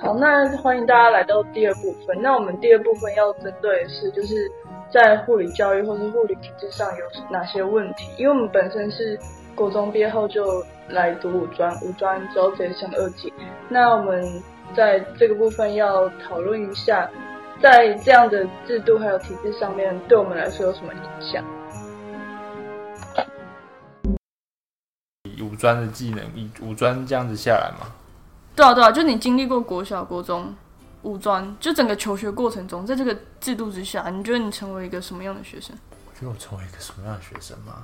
好，那欢迎大家来到第二部分。那我们第二部分要针对的是，就是在护理教育或是护理体制上有哪些问题？因为我们本身是国中毕业后就来读五专，五专之后直接升二技。那我们在这个部分要讨论一下，在这样的制度还有体制上面，对我们来说有什么影响？以五专的技能，以五专这样子下来嘛，对啊，对啊，就你经历过国小、国中、五专，就整个求学过程中，在这个制度之下，你觉得你成为一个什么样的学生？我觉得我成为一个什么样的学生吗？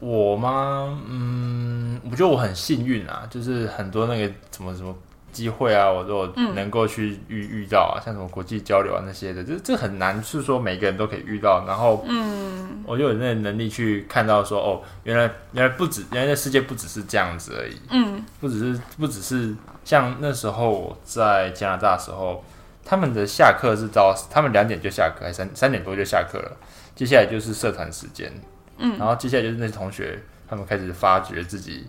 我吗？嗯，我觉得我很幸运啊，就是很多那个什么什么机会啊，我都有嗯能够去遇、遇到啊，像什么国际交流啊那些的，这这很难是说每个人都可以遇到，然后嗯，我就有那个能力去看到说，哦，原来原来不止原来世界不只是这样子而已，嗯，不只是不只是像那时候我在加拿大的时候，他们的下课是到他们两点就下课，还三三点多就下课了。接下来就是社团时间，嗯然后接下来就是那些同学他们开始发掘自己，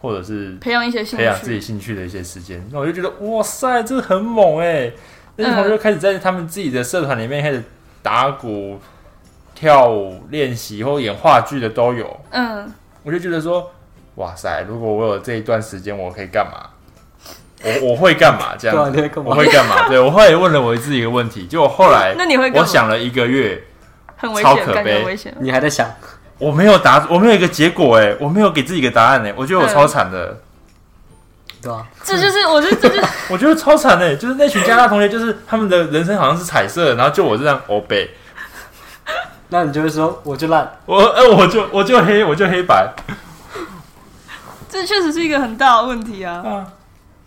或者是培养一些兴培养自趣，己兴趣的一些时间。那我就觉得哇塞，这很猛哎、那些同学就开始在他们自己的社团里面开始打鼓、跳舞、练习或演话剧的都有。嗯，我就觉得说，哇塞，如果我有这一段时间，我可以干嘛？我我会干嘛？这样对啊你子会，干嘛我会干嘛？对，我后来问了我自己一个问题，结果后来那你会干嘛我想了一个月，很危超险，可感觉悲很危险。你还在想，我没有答，我没有一个结果，哎，我没有给自己一个答案，哎，我觉得我嗯超惨的，对啊吧？这就是，我觉得这就是 我觉得超惨的，欸就是那群加拿大同学，就是他们的人生好像是彩色的，然后就我这样欧北，那你就会说我就烂，我哎、我就我就黑，我就黑白这确实是一个很大的问题啊，啊，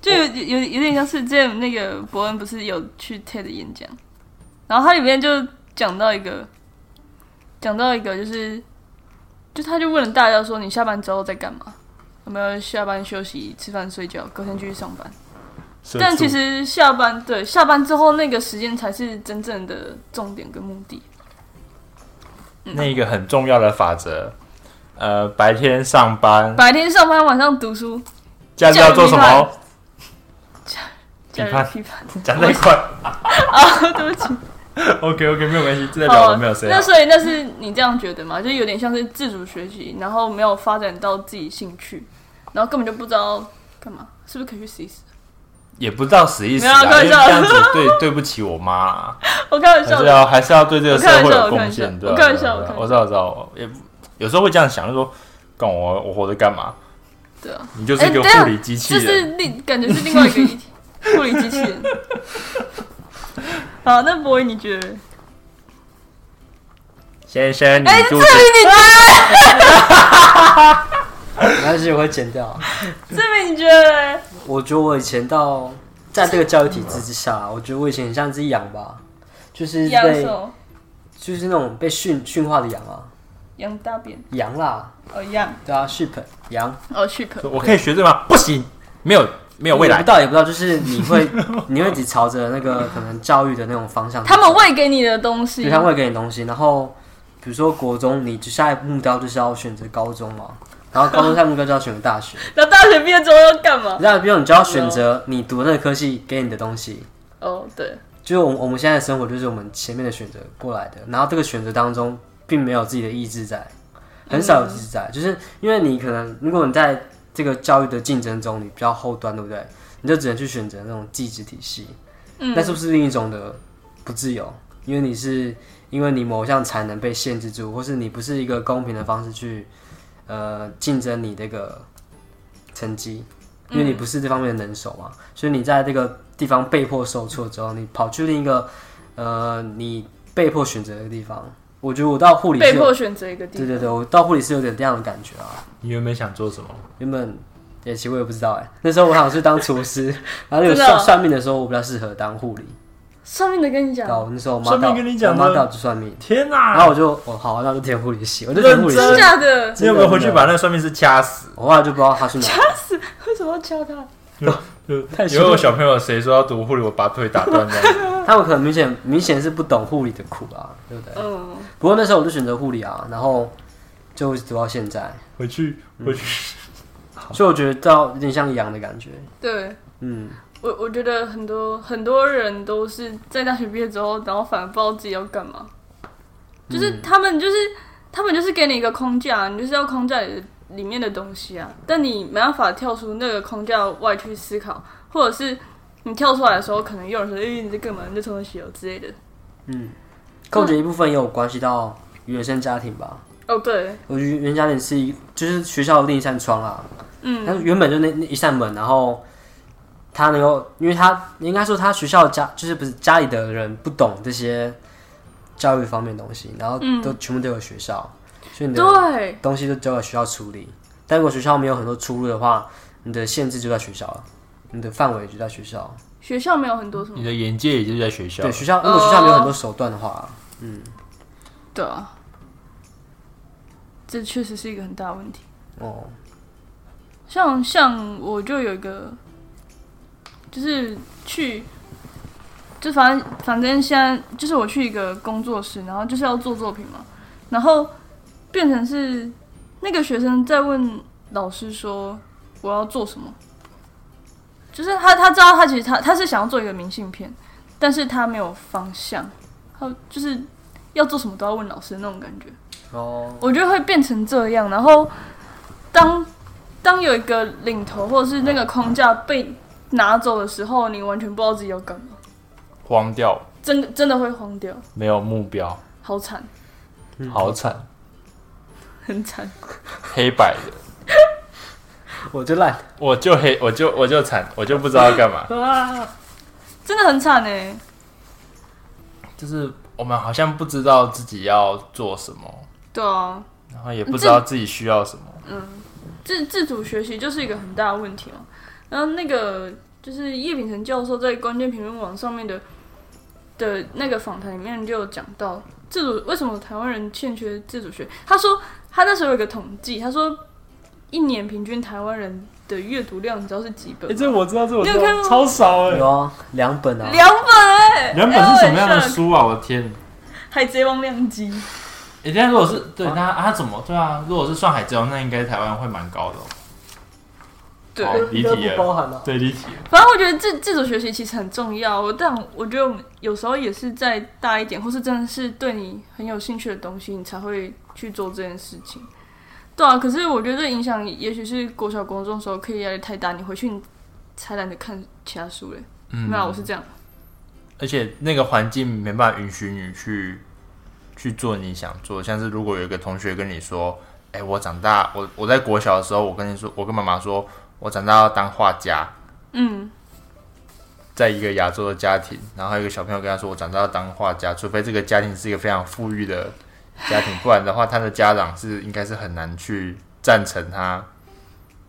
就有有有点像是之前那个伯恩不是有去 TED 演讲，然后他里面就讲到一个，讲到一个就是，就他就问了大家说你下班之后在干嘛？有没有下班休息、吃饭、睡觉，隔天继续上班？社但其畜实下班对下班之后那个时间才是真正的重点跟目的。那一个很重要的法则，呃，白天上班，白天上班，晚上读书，假日要做什假日么？假日批判。讲太快。啊， 对不起。 OK OK，没有关系，这代表好我没有，谁啊那所以那是你这样觉得吗？就有点像是自主学习，然后没有发展到自己兴趣，然后根本就不知道干嘛，是不是可以去试一试？也不知道死意思没有啊，因开为玩这笑样子对对不起我妈啊， 我开玩还笑是的，要还是要对这个社会有贡献，对吧啊我开玩笑对吧我我知道我知道，也不有时候会这样想，就说，干我我活着干嘛？对啊，你就是一个哎对啊护理机器这人，是另感觉是另外一个议题，处理机器 人。好，那博伟你觉得？先生，你哎，这住里你觉得？没关系，我会剪掉啊。这边你觉得？我觉得我以前到在这个教育体制之下，我觉得我以前很像只羊吧，就是养被什么？就是那种被驯驯化的羊啊，养大便？羊啦，哦，养对啊，sheep 羊，哦，sheep。我可以学这吗？不行，没有没有未也来不。到也不到，就是你 会你会只朝着那个可能教育的那种方向去走，他们喂给你的东西对，他会给你东西，然后比如说国中，你就下一步目标就是要选择高中嘛，然后高中下一步目标就要选择大学，那大学毕业之后要干嘛？那比如你就要选择你读的那个科系给你的东西，哦，对，就是我们我们现在的生活就是我们前面的选择过来的，然后这个选择当中并没有自己的意志在，很少有意志在，就是因为你可能如果你在这个教育的竞争中你比较后端，对不对？你就只能去选择那种技职体系，嗯那是不是另一种的不自由？因为你是因为你某项才能被限制住，或是你不是一个公平的方式去呃竞争你这个成绩，因为你不是这方面的能手嘛，所以你在这个地方被迫受挫之后，你跑去另一个呃你被迫选择的地方。我觉得我到护理是被有，迫选择一个地对方。对对，我到护理是有点这样的感觉啊。你原本想做什么？原本也其实我也不知道哎、那时候我想去当厨师，然后有真的算哦算命的时候，我比较适合当护理。上面的跟你然讲，后那时候我妈算命到，跟你讲我妈的到就算命，天哪、然后我就哦好，那我就填护理系，我就填护理系。认真假的？你有没有回去把那个算命师掐死？我后来就不知道他去哪，为什么要教他？太以辛苦后我小朋友谁说要读护理，我把腿打断这样 子。他们可能明显明显是不懂护理的苦啊，对不对？嗯，不过那时候我就选择护理啊，然后就一直读到现在，回去回去。所以我觉得到有点像羊的感觉，对，嗯，我我觉得很多很多人都是在大学毕业之后，然后反而不知道自己要干嘛，就是他们就是、他们就是给你一个框架，你就是要框架里的里面的东西啊，但你没办法跳出那个框架外去思考，或者是你跳出来的时候，可能有人说：“哎、你在干嘛？你在从小哦之类的。跟我觉得一部分也有关系到原生家庭吧。”哦，对，我觉得原生家庭是一，就是学校的另一扇窗啦。嗯，但是原本就那那一扇门，然后他能够，因为他应该说他学校家就是不是家里的人不懂这些教育方面的东西，然后都、全部都有学校，所以你的对，东西都交给学校处理。但如果学校没有很多出路的话，你的限制就在学校了，你的范围就在学校。学校没有很多什么，你的眼界也就是在学校对，，学校如果学校没有很多手段的话，对啊，这确实是一个很大的问题。哦，像像我就有一个，就是去，就反正反正现在就是我去一个工作室，然后就是要做作品嘛，然后变成是那个学生在问老师说我要做什么，就是他他知道他其实他他是想要做一个明信片，但是他没有方向，他就是要做什么都要问老师那种感觉。哦，我就会变成这样。然后当当有一个领头或者是那个框架被拿走的时候，你完全不知道自己要干嘛，荒掉，真的真的会慌掉，没有目标，好惨，好惨，很惨。黑白的，我就烂我就黑，我就我就惨，我就不知道要干嘛。 啊，真的很惨哎、就是我们好像不知道自己要做什么，对啊，然后也不知道自己需要什么。自自主学习就是一个很大的问题嘛。然后那个就是叶秉成教授在关键评论网上面的的那个访谈里面就有讲到自主为什么台湾人欠缺自主学。他说他那时候有一个统计，他说一年平均台湾人的阅读量，你知道是几本哎、吗？这我知道，这我知你有看道，过超少哎、有啊，两本啊，两本哎、原本是什么样的书啊？我的天！海贼王量级，哎、欸，但如果是对那啊怎么对啊？如果是上海之王，那应该台湾会蛮高的、哦。对。好离题不包了，含啊。对离题了。反正我觉得自自主学习其实很重要，我但我觉得我们有时候也是再大一点，或是真的是对你很有兴趣的东西，你才会去做这件事情。对啊，可是我觉得这影响也许是国小国中的时候课业压力太大，你回去你才懒得看其他书嘞。嗯没有啊，我是这样。而且那个环境没办法允许你去去做你想做，像是如果有一个同学跟你说：“哎、我长大，我我在国小的时候，我跟你说，我跟妈妈说，我长大要当画家。”嗯，在一个亚洲的家庭，然后还有一个小朋友跟他说：“我长大要当画家。”除非这个家庭是一个非常富裕的家庭，不然的话，他的家长是应该是很难去赞成他，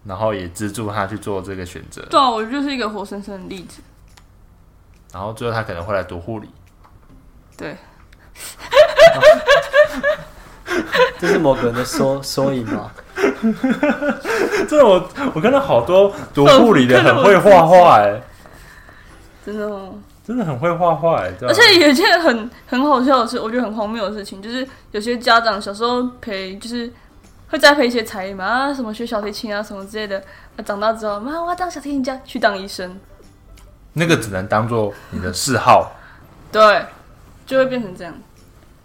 然后也资助他去做这个选择。对啊，我就是一个活生生的例子。然后最后他可能会来读护 理，对，这是某个人的缩缩影啊吗？这我我看到好多读护理 的很会画画，哎，真的哦。真的很会画画，哎，而且有一件很 很好笑的事，我觉得很荒谬的事情，就是有些家长小时候陪，就是会栽培一些才艺嘛，啊，什么学小提琴啊，什么之类的。啊、长大之后，妈，我要当小提琴家，去当医生，那个只能当做你的嗜好，对，就会变成这样。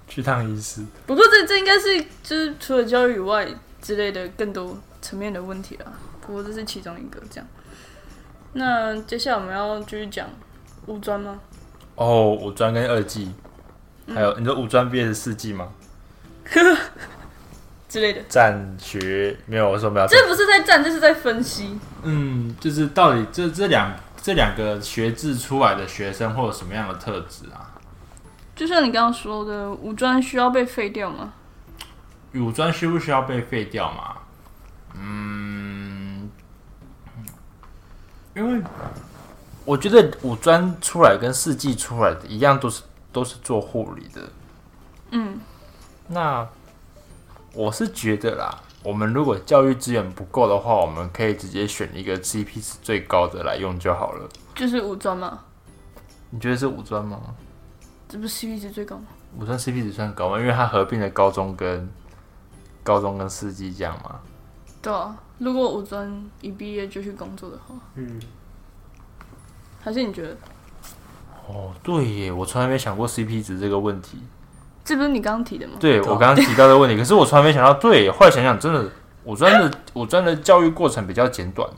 去当医师。不过这这应该是就是除了教育以外之类的更多层面的问题啦。不过这是其中一个这样。那接下来我们要继续讲五专吗？ 哦，五专跟二技，还有你说五专毕业的四技吗？之类的，占学没有，我说没有。这不是在站，这是在分析。嗯，就是到底这这两这两个学制出来的学生会有什么样的特质啊？就像你刚刚说的，五专需要被废掉吗？五专需不需要被废掉嘛？嗯，因为我觉得五专出来跟四技出来的一样，都是都是做护理的。嗯，那我是觉得啦，我们如果教育资源不够的话，我们可以直接选一个 CP 值最高的来用就好了。就是五专嘛，你觉得是五专吗？这不是 CP 值最高吗？五专 CP 值算高吗？因为它合并了高中跟高中跟四季这样嘛。对啊，如果五专一毕业就去工作的话，嗯，还是你觉得哦，对耶，我从来没想过 CP 值这个问题。这不是你刚刚提的吗？对对啊我刚刚提到的问题，可是我从来没想到，对，后来想想，真的，我专的我专的教育过程比较简短耶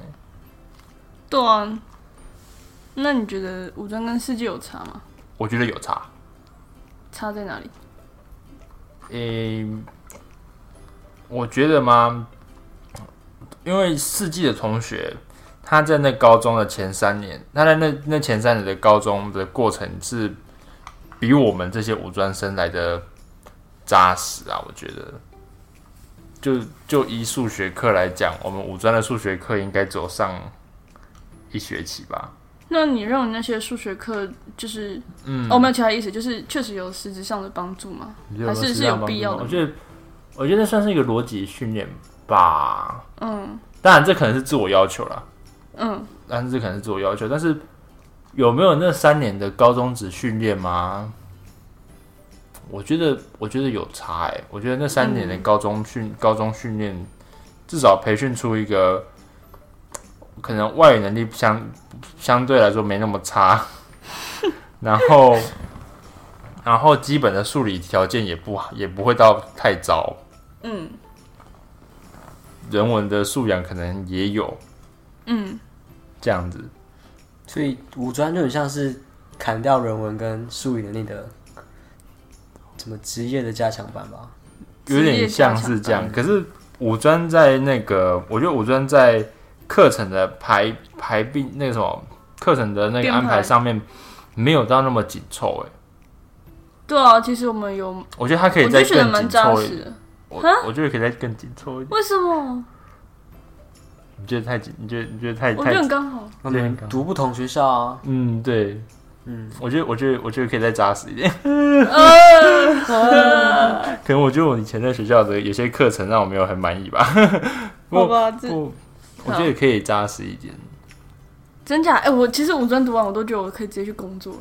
对啊，那你觉得五专跟世界有差吗？我觉得有差。差在哪里？诶、我觉得嘛，因为四季的同学，他在那高中的前三年，他在那那前三年的高中的过程是比我们这些五专生来的扎实啊，我觉得。就就以数学课来讲，我们五专的数学课应该只有上一学期吧。那你认为那些数学课就是，嗯，哦，没有其他意思，就是确实有实质上的帮助吗？还是是有必要的我吗？觉得，我觉得算是一个逻辑训练吧。嗯当然，这可能是自我要求啦。嗯，但是这可能是自我要求，但是有没有那三年的高中职训练吗？我觉得，我觉得有差哎、我觉得那三年的高中训、高中训练，至少培训出一个可能外语能力相相对来说没那么差，然后然后基本的数理条件也不也不会到太糟，嗯，人文的素养可能也有，嗯，这样子。所以五专就很像是砍掉人文跟数理能力的什么职业的加强版吧。有点像是这样。可是五专在那个，我觉得五专在课程的排排并那个什么课程的那个编安排排上面没有到那么紧凑哎，对啊，其实我们有，我我觉得它可以就再觉得更蛮紧扎凑一实点。的。我哈我觉得可以再更紧凑一点。为什么？你觉得太紧？你觉得你觉得太我觉得太很刚好。我们读不同学校啊，嗯对，嗯，我觉得我觉得我觉得可以再扎实一点。呃， 可能我觉得我以前在学校的有些课程让我没有很满意吧。好吧，这不，我觉得可以扎实一点。真假？哎、我其实五专读完，我都觉得我可以直接去工作了、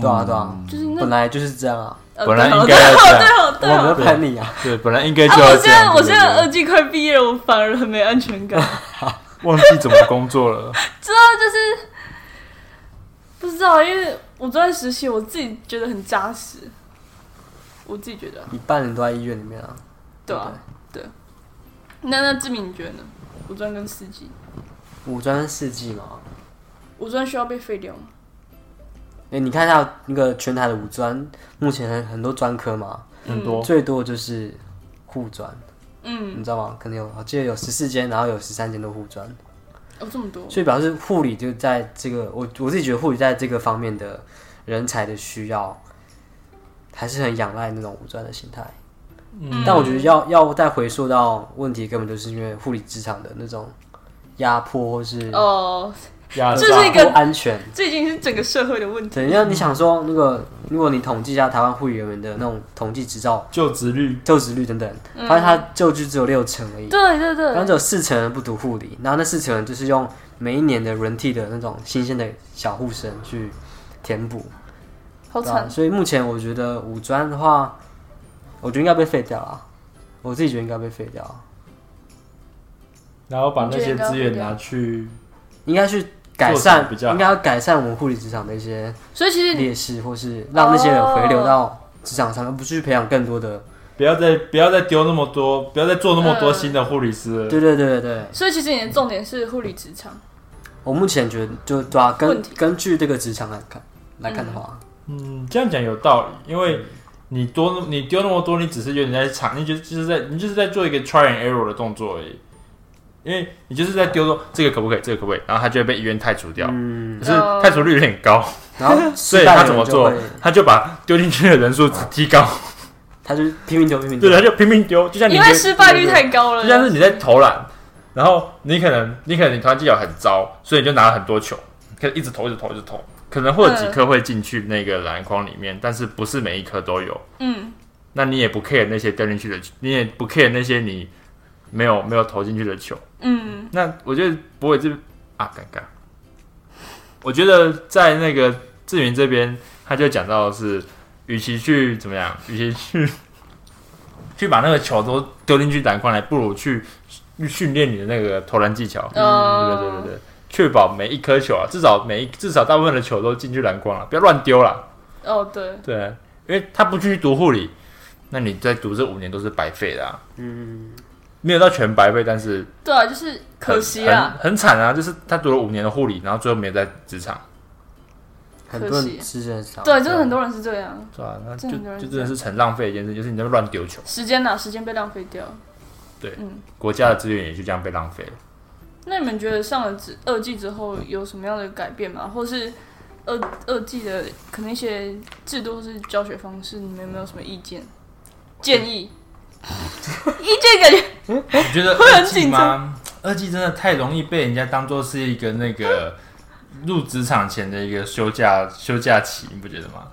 对啊对啊，就是那本来就是这样啊，呃本来对应好该要这样，我对没啊有喷你啊，对，本来应该就啊，要我现这在样。我对现不对在二技快毕业了，我反而很没安全 感。忘记怎么工作了。不知道，因为我专业实习，我自己觉得很扎实，我自己觉得啊、一半人都在医院里面啊，对啊，对。那那志明你觉得呢？五专跟四技，五专四季嘛，五专需要被废掉吗？哎，你看一下那个全台的五专，目前很很多专科嘛，很多，最多就是护专，嗯，你知道吗？可能有，我记得有十四间，然后有十三间都护专，哦，这么多，所以表示护理就在这个，我我自己觉得护理在这个方面的人才的需要，还是很仰赖那种五专的心态。嗯嗯但我觉得要要再回溯到问题，根本就是因为护理职场的那种压迫或是哦，压这是一个嗯不安全。这已经是整个社会的问题。对，因为你想说那个，如果你统计一下台湾护理人员的那种统计执照就职率，就职率等等，嗯发现他就职只有六成而已。对对然后对，只有四成人不读护理，然后那四成人就是用每一年的轮替的那种新鲜的小护生去填补，好对啊惨。所以目前我觉得五专的话，我觉得应该被废掉了，我自己觉得应该被废掉，然后把那些资源拿去，应该去改做什善么，比较好应该要改善我们护理职场的一些所以其实你劣势，或是让那些人回流到职场上，而不是去培养更多的。不要再不要再丢那么多，不要再做那么多新的护理师了。对对对对对，所以其实你的重点是护理职场，我目前觉得就对啊，根问题根据这个职场来看来看的话，嗯，这样讲有道理，因为你多那你丢那么多，你只是有点在尝，你就就是在你就是在做一个 try and error 的动作而已。因为你就是在丢说这个可不可以，这个可不可以，然后他就会被医院汰除掉。嗯，可是汰除率有点高，然后 所以失败的他人怎么就做会？他就把丢进去的人数提高，他就拼命丢，拼命丢对，。他就拼命丢，就像你因为丢失败率太高了。就像是你在投篮，然后你可能你可能你投篮技巧很糟，所以你就拿了很多球，可以一直投一直投一直投，可能会有几颗会进去那个篮筐里面，但是不是每一颗都有。嗯，那你也不 care 那些掉进去的，你也不 care 那些你没有没有投进去的球。嗯那我觉得博伟这啊，尴尬。我觉得在那个志云这边，他就讲到的是，与其去怎么样，与其去去把那个球都丢进去篮筐来，不如去训练你的那个投篮技巧。哦对对对对，确保每一颗球啊，至少每一至少大部分的球都进去篮筐了，不要乱丢了。哦，对，对，因为他不去读护理，那你在读这五年都是白费的、啊。嗯，没有到全白费，但是对啊，就是可惜很啦。很很惨啊！就是他读了五年的护理，然后最后没有在职场，很可多惜人是认识啊，对，就是很多人是这样，是吧、啊那就真的很多人就真的是很浪费的一件事，就是你在那边乱丢球，时间啊呐，时间被浪费掉。国家的资源也就这样被浪 费了。那你们觉得上了之二季之后有什么样的改变吗？或是二二季的可能一些制度或是教学方式，你们有没有什么意见、建议？意见感觉我觉得会很二季紧吗？二季真的太容易被人家当做是一个那个入职场前的一个休假休假期，你不觉得吗？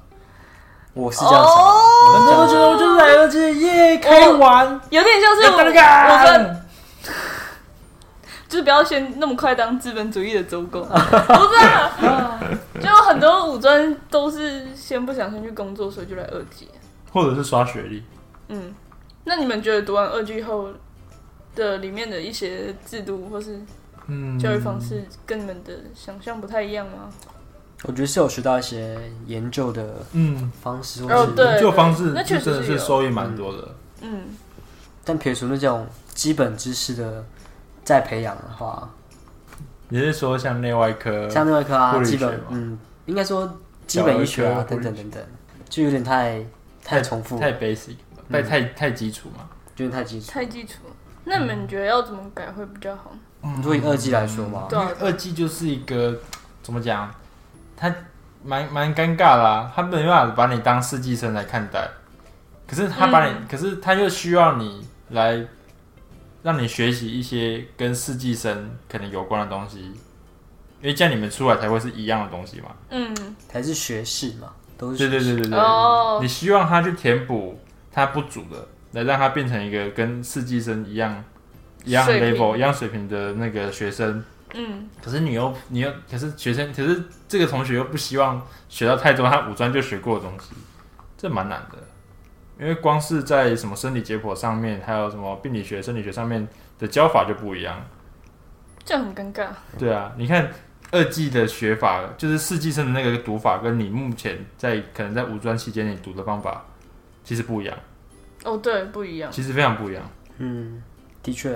我是这样想的，我是哦我这样想的就是来二季耶，开玩，有点像是啊我我们就是不要先那么快当资本主义的走 狗，不是啊，啊就很多五专都是先不想先去工作，所以就来二技。 或者是刷学历。嗯，那你们觉得读完二技后的里面的一些制度或是嗯，教育方式跟你们的想象不太一样吗？我觉得是有学到一些研究的嗯，方式，或哦是对研究方式那确就实真的是是有收益蛮多的。嗯，但撇除那种基本知识的再培养的话，你是说像内外科？像那科护啊，呃理基学本嘛嗯，应该说基本医学小儿啊，科等等等等，就有点太太重复，太 basic，太嗯太太基础嘛。有点太基础。太基础。那你们觉得要怎么改会比较好？你说以二季来说嘛，嗯对啊因为二季就是一个怎么讲，他蛮蛮尴尬啦、他没办法把你当四季生来看待，可是他把你，嗯可是他又需要你来让你学习一些跟四季生可能有关的东西，因为这样你们出来才会是一样的东西嘛。嗯，还是学士嘛，都是对对对对对，哦你希望他去填补他不足的，来让他变成一个跟四季生一样一样水平 level 一样水平的那个学生。嗯，可是你又你又可是学生，可是这个同学又不希望学到太多他五专就学过的东西，这蛮难的。因为光是在什么生理解剖上面，还有什么病理学、生理学上面的教法就不一样。这样很尴尬。对啊，你看二季的学法，就是四季生的那个读法，跟你目前在可能在五专期间你读的方法其实不一样，哦，对，不一样。其实非常不一样。嗯，的确。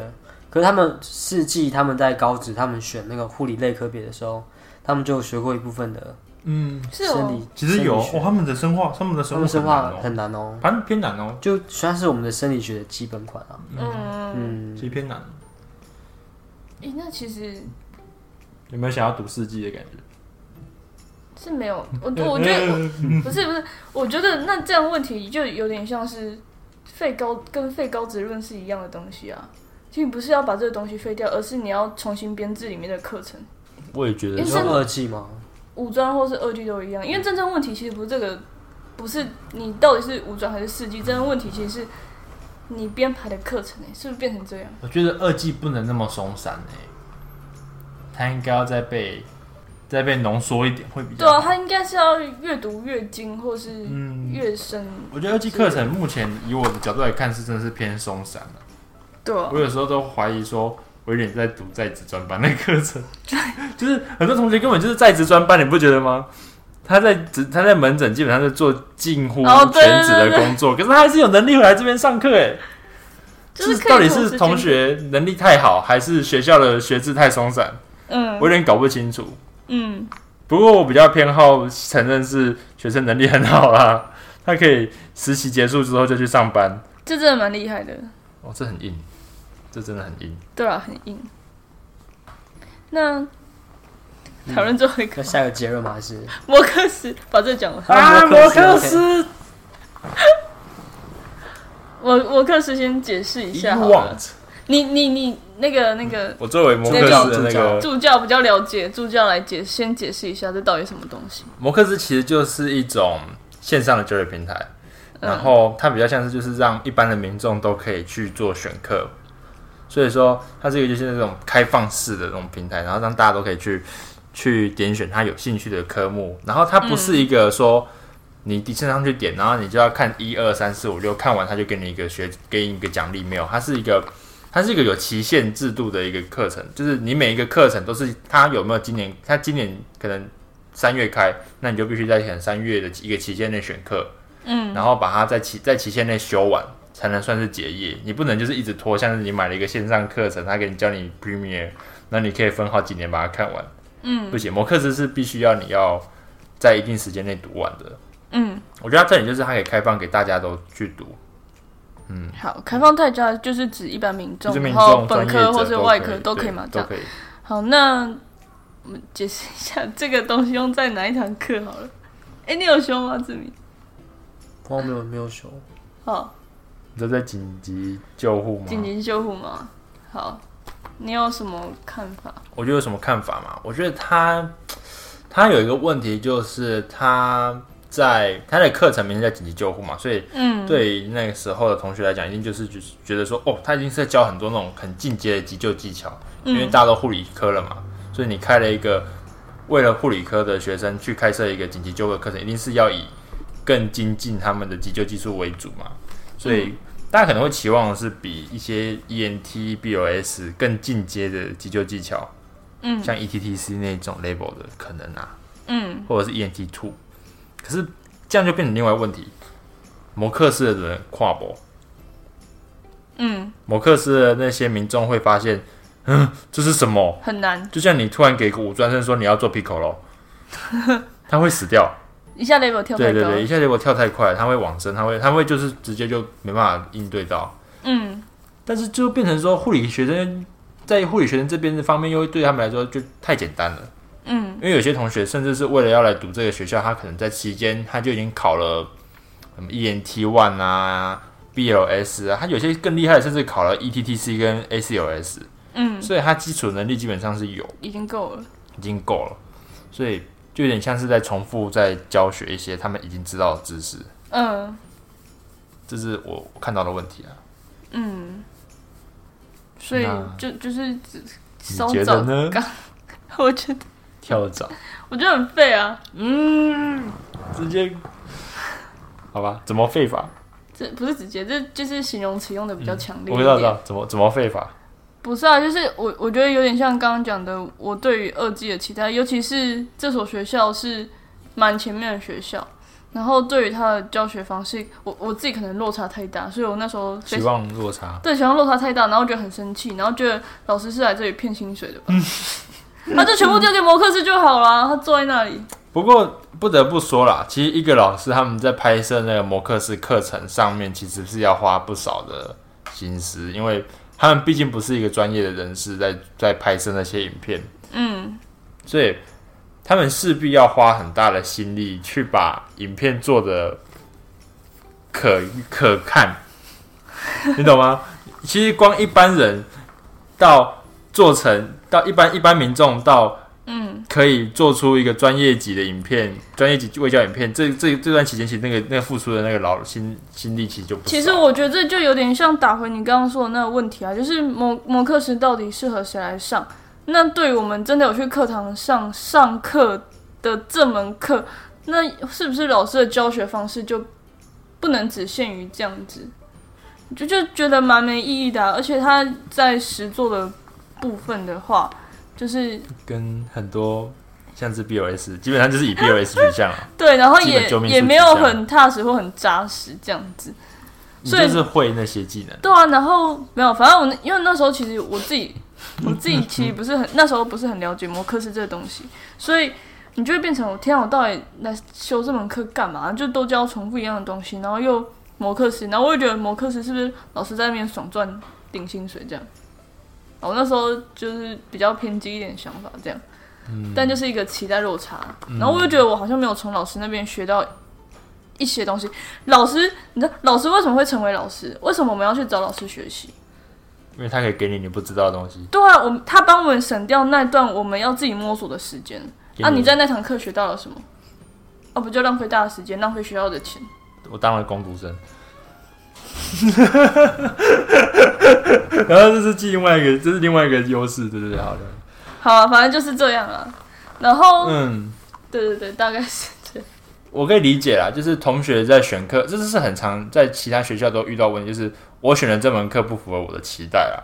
可是他们四季他们在高职他们选那个护理类科别的时候，他们就学过一部分的嗯，是生哦，理，其实有生理学哦，他们的生化，他们的他生物们很生难化哦，很难哦，反正偏难哦，就算是我们的生理学的基本款啊。嗯，嗯其，实偏难。哦诶，那其实有没有想要读四季的感觉？是没有，我我觉得我 不是不是，我觉得那这样问题就有点像是废高跟废高值论是一样的东西啊。其实你不是要把这个东西废掉，而是你要重新编制里面的课程，我也觉得你因为说生二季吗？五专或是二技都一样。因为真正问题其实不是这个，不是你到底是五专还是四技，真正问题其实是你编排的课程、欸、是不是变成这样？我觉得二季不能那么松散哎、它应该要再被再被浓缩一点会比较对啊，好。它应该是要越读越精，或是嗯越深。我觉得二季课程目前以我的角度来看是真的是偏松散的、对啊我，有时候都怀疑说，我有点在读在职专班的课程， 就是很多同学根本就是在职专班，你不觉得吗？他在职他在门诊基本上是做近乎哦对全职的对对工作，可是他还是有能力回来这边上课哎、就是可以到底同是时同兼学能力太好，还是学校的学制太松散？嗯我有点搞不清楚。嗯，不过我比较偏好承认是学生能力很好啦，他可以实习结束之后就去上班。这真的蛮厉害的。哦，这很硬，这真的很硬。对啊，很硬。那嗯讨论最后一个那下个结论吗？还是摩克斯，把这讲完。啊摩克斯我摩克斯先解释一下好了。 ，want，你你你那个那个我作为摩克斯的那助教个助助教比较了解，助教来解先解释一下这到底什么东西。摩克斯其实就是一种线上的就业平台，嗯然后它比较像是就是让一般的民众都可以去做选课，所以说它这个就是那种开放式的那种平台，然后让大家都可以去去点选他有兴趣的科目，然后它不是一个说你底线上去点，然后你就要看一二三四五六，看完他就给你一个学给你一个奖励没有，它是一个。它是一个有期限制度的一个课程，就是你每一个课程都是它有没有今年，它今年可能三月开，那你就必须在可能三月的一个期间内选课，嗯，然后把它在期在期限内修完，才能算是结业。你不能就是一直拖，像是你买了一个线上课程，他给你教你 Premiere，那你可以分好几年把它看完，嗯不行，某课程是必须要你要在一定时间内读完的。嗯，我觉得它这里就是它可以开放给大家都去读，嗯好，开放代教就是指一般民就众，是民然后众、专本业科者或是外科都可以以嘛？这对样都可以。好，那我们解释一下这个东西用在哪一堂课好了。哎、你有修吗，志明？我没有没有修，好，你都在紧急救护吗？紧急修护吗？好，你有什么看法？我觉得有什么看法嘛？我觉得他他有一个问题，就是他在他的课程名是在紧急救护嘛，所以嗯，对于那个时候的同学来讲，一定就是就是觉得说，哦，他已经是在教很多那种很进阶的急救技巧，因为嗯大家都护理科了嘛，所以你开了一个为了护理科的学生去开设一个紧急救护的课程，一定是要以更精进他们的急救技术为主嘛，所以。大家可能会期望的是比一些 E ENT、BOS 更进阶的急救技巧，嗯像 E ETTC 那种 label 的可能啊，嗯或者是 ENT two，可是这样就变成另外一个问题。摩克斯的人跨博，嗯，摩克斯的那些民众会发现，嗯，这是什么？很难，就像你突然给个五专生说你要做 piccolo，他会死掉。一下 level 跳太对高。对对，一下结果跳太快，他会往生，他会他会就是直接就没办法应对到。嗯但是就变成说护理学生在护理学生这边的方面，又对他们来说就太简单了。嗯因为有些同学甚至是为了要来读这个学校，他可能在期间他就已经考了什么 ENT One 啊、BLS 啊，他有些更厉害的甚至考了 E ETTC 跟 ACLS，嗯，所以他基础能力基本上是有，已经够了。已经够了，所以就有点像是在重复在教学一些他们已经知道的知识，嗯这是我看到的问题啊。嗯，所以那就就是只你稍觉得，早呢？ 我觉得跳蚤我觉得很废啊。嗯，直接好吧？怎么废法？这不是直接，这就是形容词用的比较强烈嗯一我点。知道，知道怎么怎么废法。不是啊，就是我我觉得有点像刚刚讲的，我对于二技的期待，尤其是这所学校是蛮前面的学校，然后对于它的教学方式，我我自己可能落差太大，所以我那时候非希望落差。对，想要落差太大，然后觉得很生气，然后觉得老师是来这里骗薪水的 吧？他就全部丢给摩克斯就好了，他坐在那里，不过不得不说啦，其实一个老师他们在拍摄那个摩克斯课程上面，其实是要花不少的心思，因为他们毕竟不是一个专业的人士在在拍摄那些影片，嗯所以他们势必要花很大的心力去把影片做的可可看，你懂吗？ 其实光一般人到做成到一般一般民众到嗯可以做出一个专业级的影片，专业级卫教影片，这这这段期间，其实那个那个付出的那个劳心心力，其实就不少其实我觉得这就有点像打回你刚刚说的那个问题啊，就是摩摩克斯到底适合谁来上？那对于我们真的有去课堂上上课的这门课，那是不是老师的教学方式就不能只限于这样子？就就觉得蛮没意义的啊、而且他在实作的部分的话，就是跟很多像是 BOS，基本上就是以 BOS 取向啊，对，然后基本也救命也素没质有这样很踏实或很扎实这样子。你 所以就是会那些技能。对啊，然后没有，反正我那因为那时候其实我自己， 我自己其实不是很那时候不是很了解摩克斯这个东西，所以你就会变成我天啊，我到底来修这门课干嘛？就都教重复一样的东西，然后又摩克斯，然后我也觉得摩克斯是不是老师在那边爽赚领薪水这样？我那时候就是比较偏激一点的想法这样，但就是一个期待落差，然后我就觉得我好像没有从老师那边学到一些东西，老师，你知道老师为什么会成为老师？为什么我们要去找老师学习？因为他可以给你你不知道的东西。对啊，我们他帮我们省掉那段我们要自己摸索的时间。给啊，你在那堂课学到了什么？哦，不就浪费大家时间，浪费学校的钱。我当了工读生， 然后这是另外一个，这是另外一个优势，对对对，好的，好啊，反正就是这样啊。然后，嗯，对对对，大概是这样。我可以理解啦，就是同学在选课，这是很常在其他学校都遇到问题，就是我选的这门课不符合我的期待啦，啊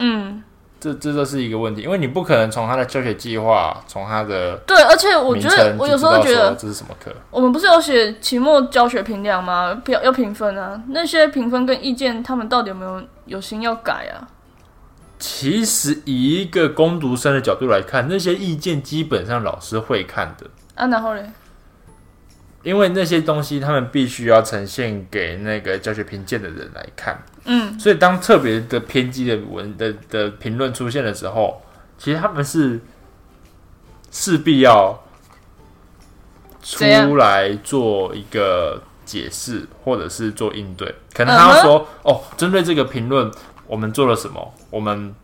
嗯，这这都是一个问题，因为你不可能从他的教学计划，从他的对，而且我名觉称得就我有知时候道觉说得，这是什么课，我们不是有写期末教学评量吗？要要评分啊，那些评分跟意见，他们到底有没有有心要改啊？其实以一个攻读生的角度来看，那些意见基本上老师会看的，啊，然后嘞，因为那些东西他们必须要呈现给那个教学评鉴的人来看。嗯，所以当特别的偏激的文的的评论出现的时候，其实他们是势必要出怎样来做一个解释，或者是做应对。可能嗯他哼要说：“哦，针对这个评论，我们做了什么？我们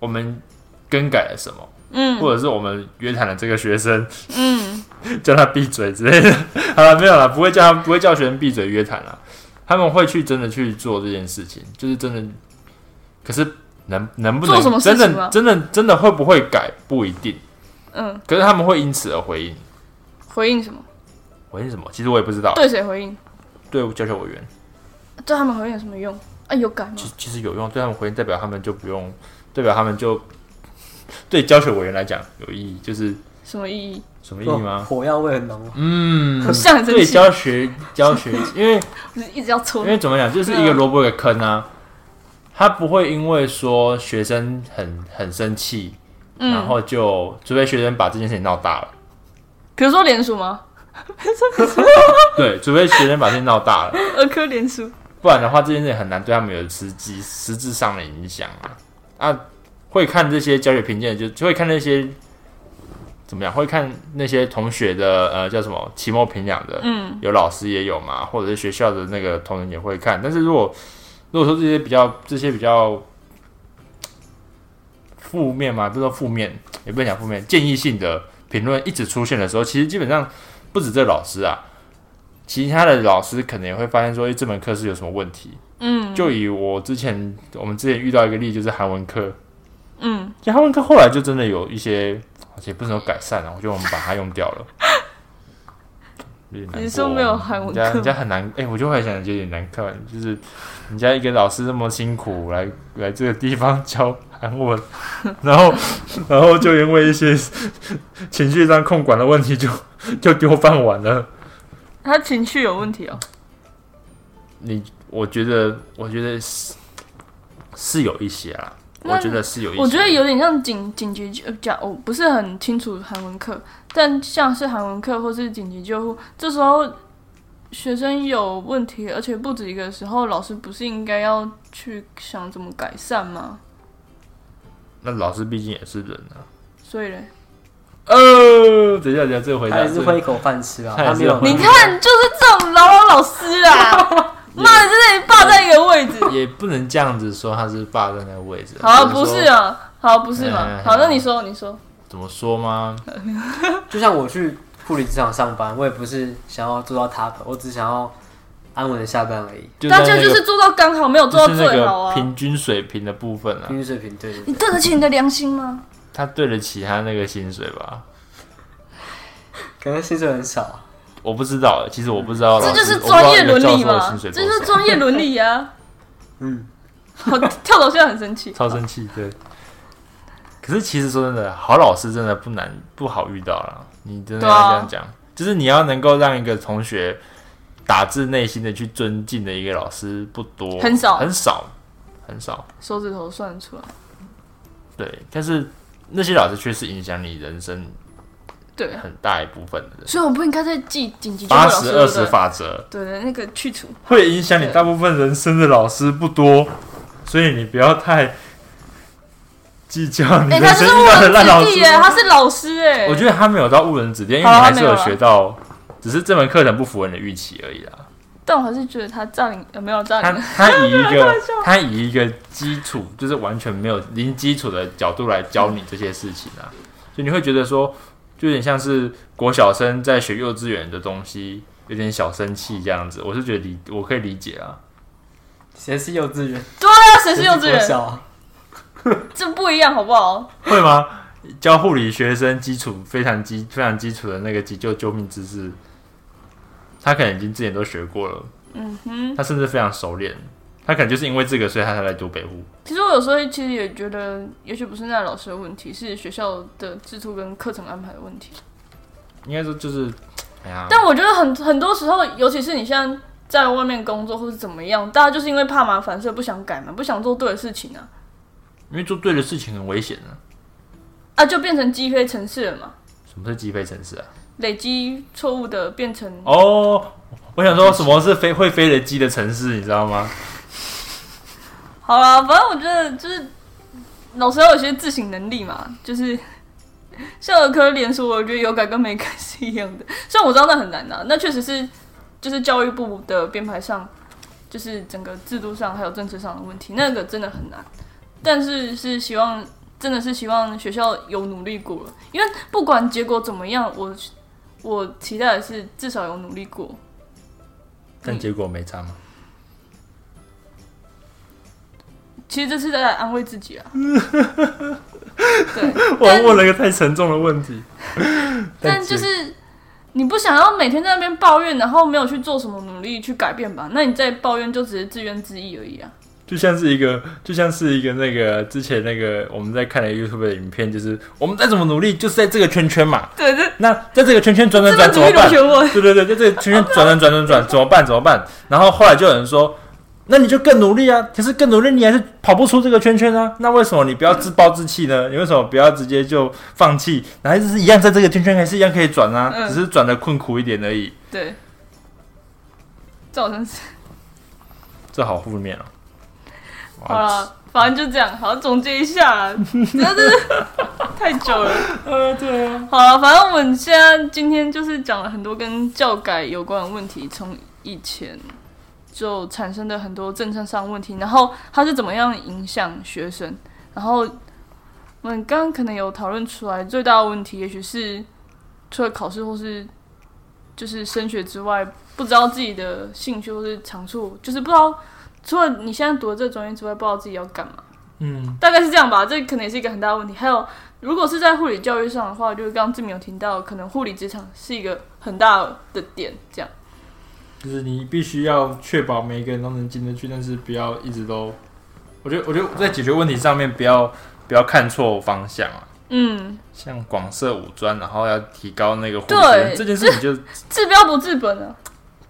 我们更改了什么？嗯或者是我们约谈了这个学生，嗯，叫他闭嘴之类的。 好了，没有了，不会叫他不会叫学生闭嘴约谈了，他们会去真的去做这件事情，就是真的。可是能能不能做什么事真情啊的吗真的真的会不会改不一定，嗯，可是他们会因此而回应，回应什么？回应什么？其实我也不知道。对谁回应？对，教学委员对他们回应有什么用？啊，有改吗？其其实有用，对他们回应代表他们就不用，代表他们就对教学委员来讲有意义，就是什么意义？什么意义吗？火药味很浓。嗯，像很生对气教学教学，因为不是一直要抽因为怎么讲，就是一个萝卜一个坑啊。他不会因为说学生很很生气，嗯然后就除非学生把这件事情闹大了，比如说联署吗？对，除非学生把这件事闹大了，儿科联署，不然的话这件事情很难对他们有实际实质上的影响啊。啊，会看这些教学评鉴，就就会看那些怎么样，会看那些同学的呃叫什么期末评量的，嗯有老师也有嘛，或者是学校的那个同仁也会看。但是如果如果说这些比较这些比较负面嘛，不说负面，也不能讲负面，建议性的评论一直出现的时候，其实基本上不止这老师啊，其他的老师可能也会发现说，诶这门课是有什么问题。嗯就以我之前我们之前遇到一个例，就是韩文课，嗯，其实韩文课后来就真的有一些，而且不是有改善啊，我觉得我们把它用掉了。有点难过啊你说没有韩文课人家人家很难，哎、我就会想有点难看，就是人家一个老师这么辛苦来来这个地方教韩文， 然后然后就因为一些 情绪上控管的问题就就丢饭碗了。他情绪有问题哦。你我觉得我觉得是是有一些啦，那我觉得是有一些，我觉得有点像紧紧急救讲，我呃哦不是很清楚韩文课，但像是韩文课或是紧急救护，这时候学生有问题，而且不止一个时候，老师不是应该要去想怎么改善吗？那老师毕竟也是人啊。所以嘞，呃，等一下，等一下，这个回他答也是混一口饭吃啊，他也他是没有。混你看就是这种老老师啊， 妈的，在那里霸占一个位 置。也不能这样子说他是霸占那个位置。好啊，只不说是啊，好啊不是嗯嗯嘛嗯，好，那你说，你说，怎么说吗？就像我去护理职场上班，我也不是想要做到 top，我只想要安稳的下班而已。就大在家那就个是做到刚好，没有做到就是那最好个啊。平均水平的部分啊平，均水平对对你对得起你的良心吗？他对得起他那个薪水吧？可能薪水很少，啊我不知道，其实我不知道老这师，就是专业伦理我不知道那个教授的嘛薪，水这多就少是专业伦 理啊！嗯，我跳楼现在很生气，超生气，对。可是其实说真的，好老师真的不难不好遇到啦。你真的对要啊这样讲，就是你要能够让一个同学打自内心的去尊敬的一个老师不多，很少很少，很少。手指头算得出来，对，但是那些老师却是影响你人生对啊，很大一部分的人。所以我不应该再记紧急救护八老师十二十对不对法则对对，那个去除，会影响你对大部分人生的老师不多，所以你不要太计较你哎，人他就生是遇到的烂老我师子弟。耶，他是老师哎，我觉得他没有到误人子弟，因为你好啦还是有没有啦学到，只是这门课程不符合你的预期而已啦。但我还是觉得他占领呃没有他占领，他以一 个他以一个基础，就是完全没有零基础的角度来教你这些事情啊，所以你会觉得说，就有点像是国小生在学幼稚园的东西，有点小生气这样子。我是觉得理我可以理解啊，谁是幼稚园？对啊， 谁是幼稚国园？小啊？这不一样好不好？会吗？教护理学生基础非常基非常基础的那个急救救命知识，他可能已经之前都学过了，嗯哼，他甚至非常熟练，他可能就是因为这个，所以他才来读北护。其实我有时候其实也觉得，也许不是那老师的问题，是学校的制度跟课程安排的问题。应该说就是，哎呀，但我觉得很很多时候，尤其是你现在在外面工作或是怎么样，大家就是因为怕麻烦，所以不想改嘛，不想做对的事情啊，因为做对的事情很危险啊。啊，就变成鸡飞城市了嘛，什么是鸡飞城市啊？累积错误的变成哦，我想说什么是飞会飞的鸡的城市，你知道吗？好啦，反正我觉得就是老师要有些自省能力嘛，就是 校友科联署，我觉得有改跟没改是一样的。虽然我知道那很难啊，那确实是就是教育部的编排上，就是整个制度上还有政策上的问题，那个真的很难。但是是希望真的是希望学校有努力过了，因为不管结果怎么样，我我期待的是至少有努力过。但结果没差 吗？其实这是在安慰自己啊。对，我问了一个太沉重的问题。但就是你不想要每天在那边抱怨，然后没有去做什么努力去改变吧？那你再抱怨就只是自怨自艾而已啊。就像是一个，就像是一个那个之前那个我们在看的 YouTube 的影片，就是我们再怎么努力，就是在这个圈圈嘛。对，这那在这个圈圈转转这转个怎主义么螺办？旋问，对对对，在这个圈圈转转转转转怎么办？怎么办？然后后来就有人说，那你就更努力啊！可是更努力，你还是跑不出这个圈圈啊！那为什么你不要自暴自弃呢？你为什么不要直接就放弃？然后就是一样在这个圈圈，还是一样可以转啊，嗯只是转的困苦一点而已。对，这好像是这好负面哦。哇好了，反正就这样。好，总结一下啦，真的是太久了。 呃，对啊，好了，反正我们现在今天就是讲了很多跟教改有关的问题，从以前就产生的很多政策上的问题，然后它是怎么样影响学生，然后我们刚刚可能有讨论出来最大的问题，也许是除了考试或是就是升学之外，不知道自己的兴趣或是长处，就是不知道除了你现在读的这个专业之外，不知道自己要干嘛。嗯，大概是这样吧，这可能也是一个很大的问题。还有，如果是在护理教育上的话，就是刚刚志明有提到，可能护理职场是一个很大的点，这样。就是你必须要确保每一个人都能进得去，但是不要一直都，我觉得，我觉得在解决问题上面不要不要看错方向啊。嗯，像广设五专，然后要提高那个护对士这件事情就， 治标不治本啊，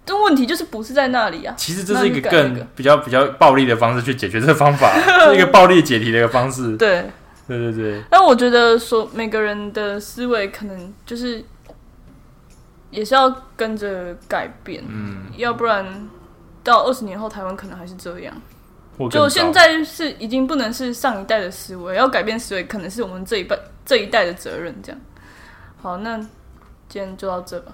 这问题就是不是在那里啊。其实这是一那就个改那更个比较比较暴力的方式去解决这个方 法，是一个暴力解题的一个方式。对，对对对，但我觉得说每个人的思维可能就是也是要跟着改变，嗯，要不然到二十年后台湾可能还是这样。或更就糟现在是已经不能是上一代的思维，要改变思维可能是我们这一辈这一代的责任。这样，好，那今天就到这吧。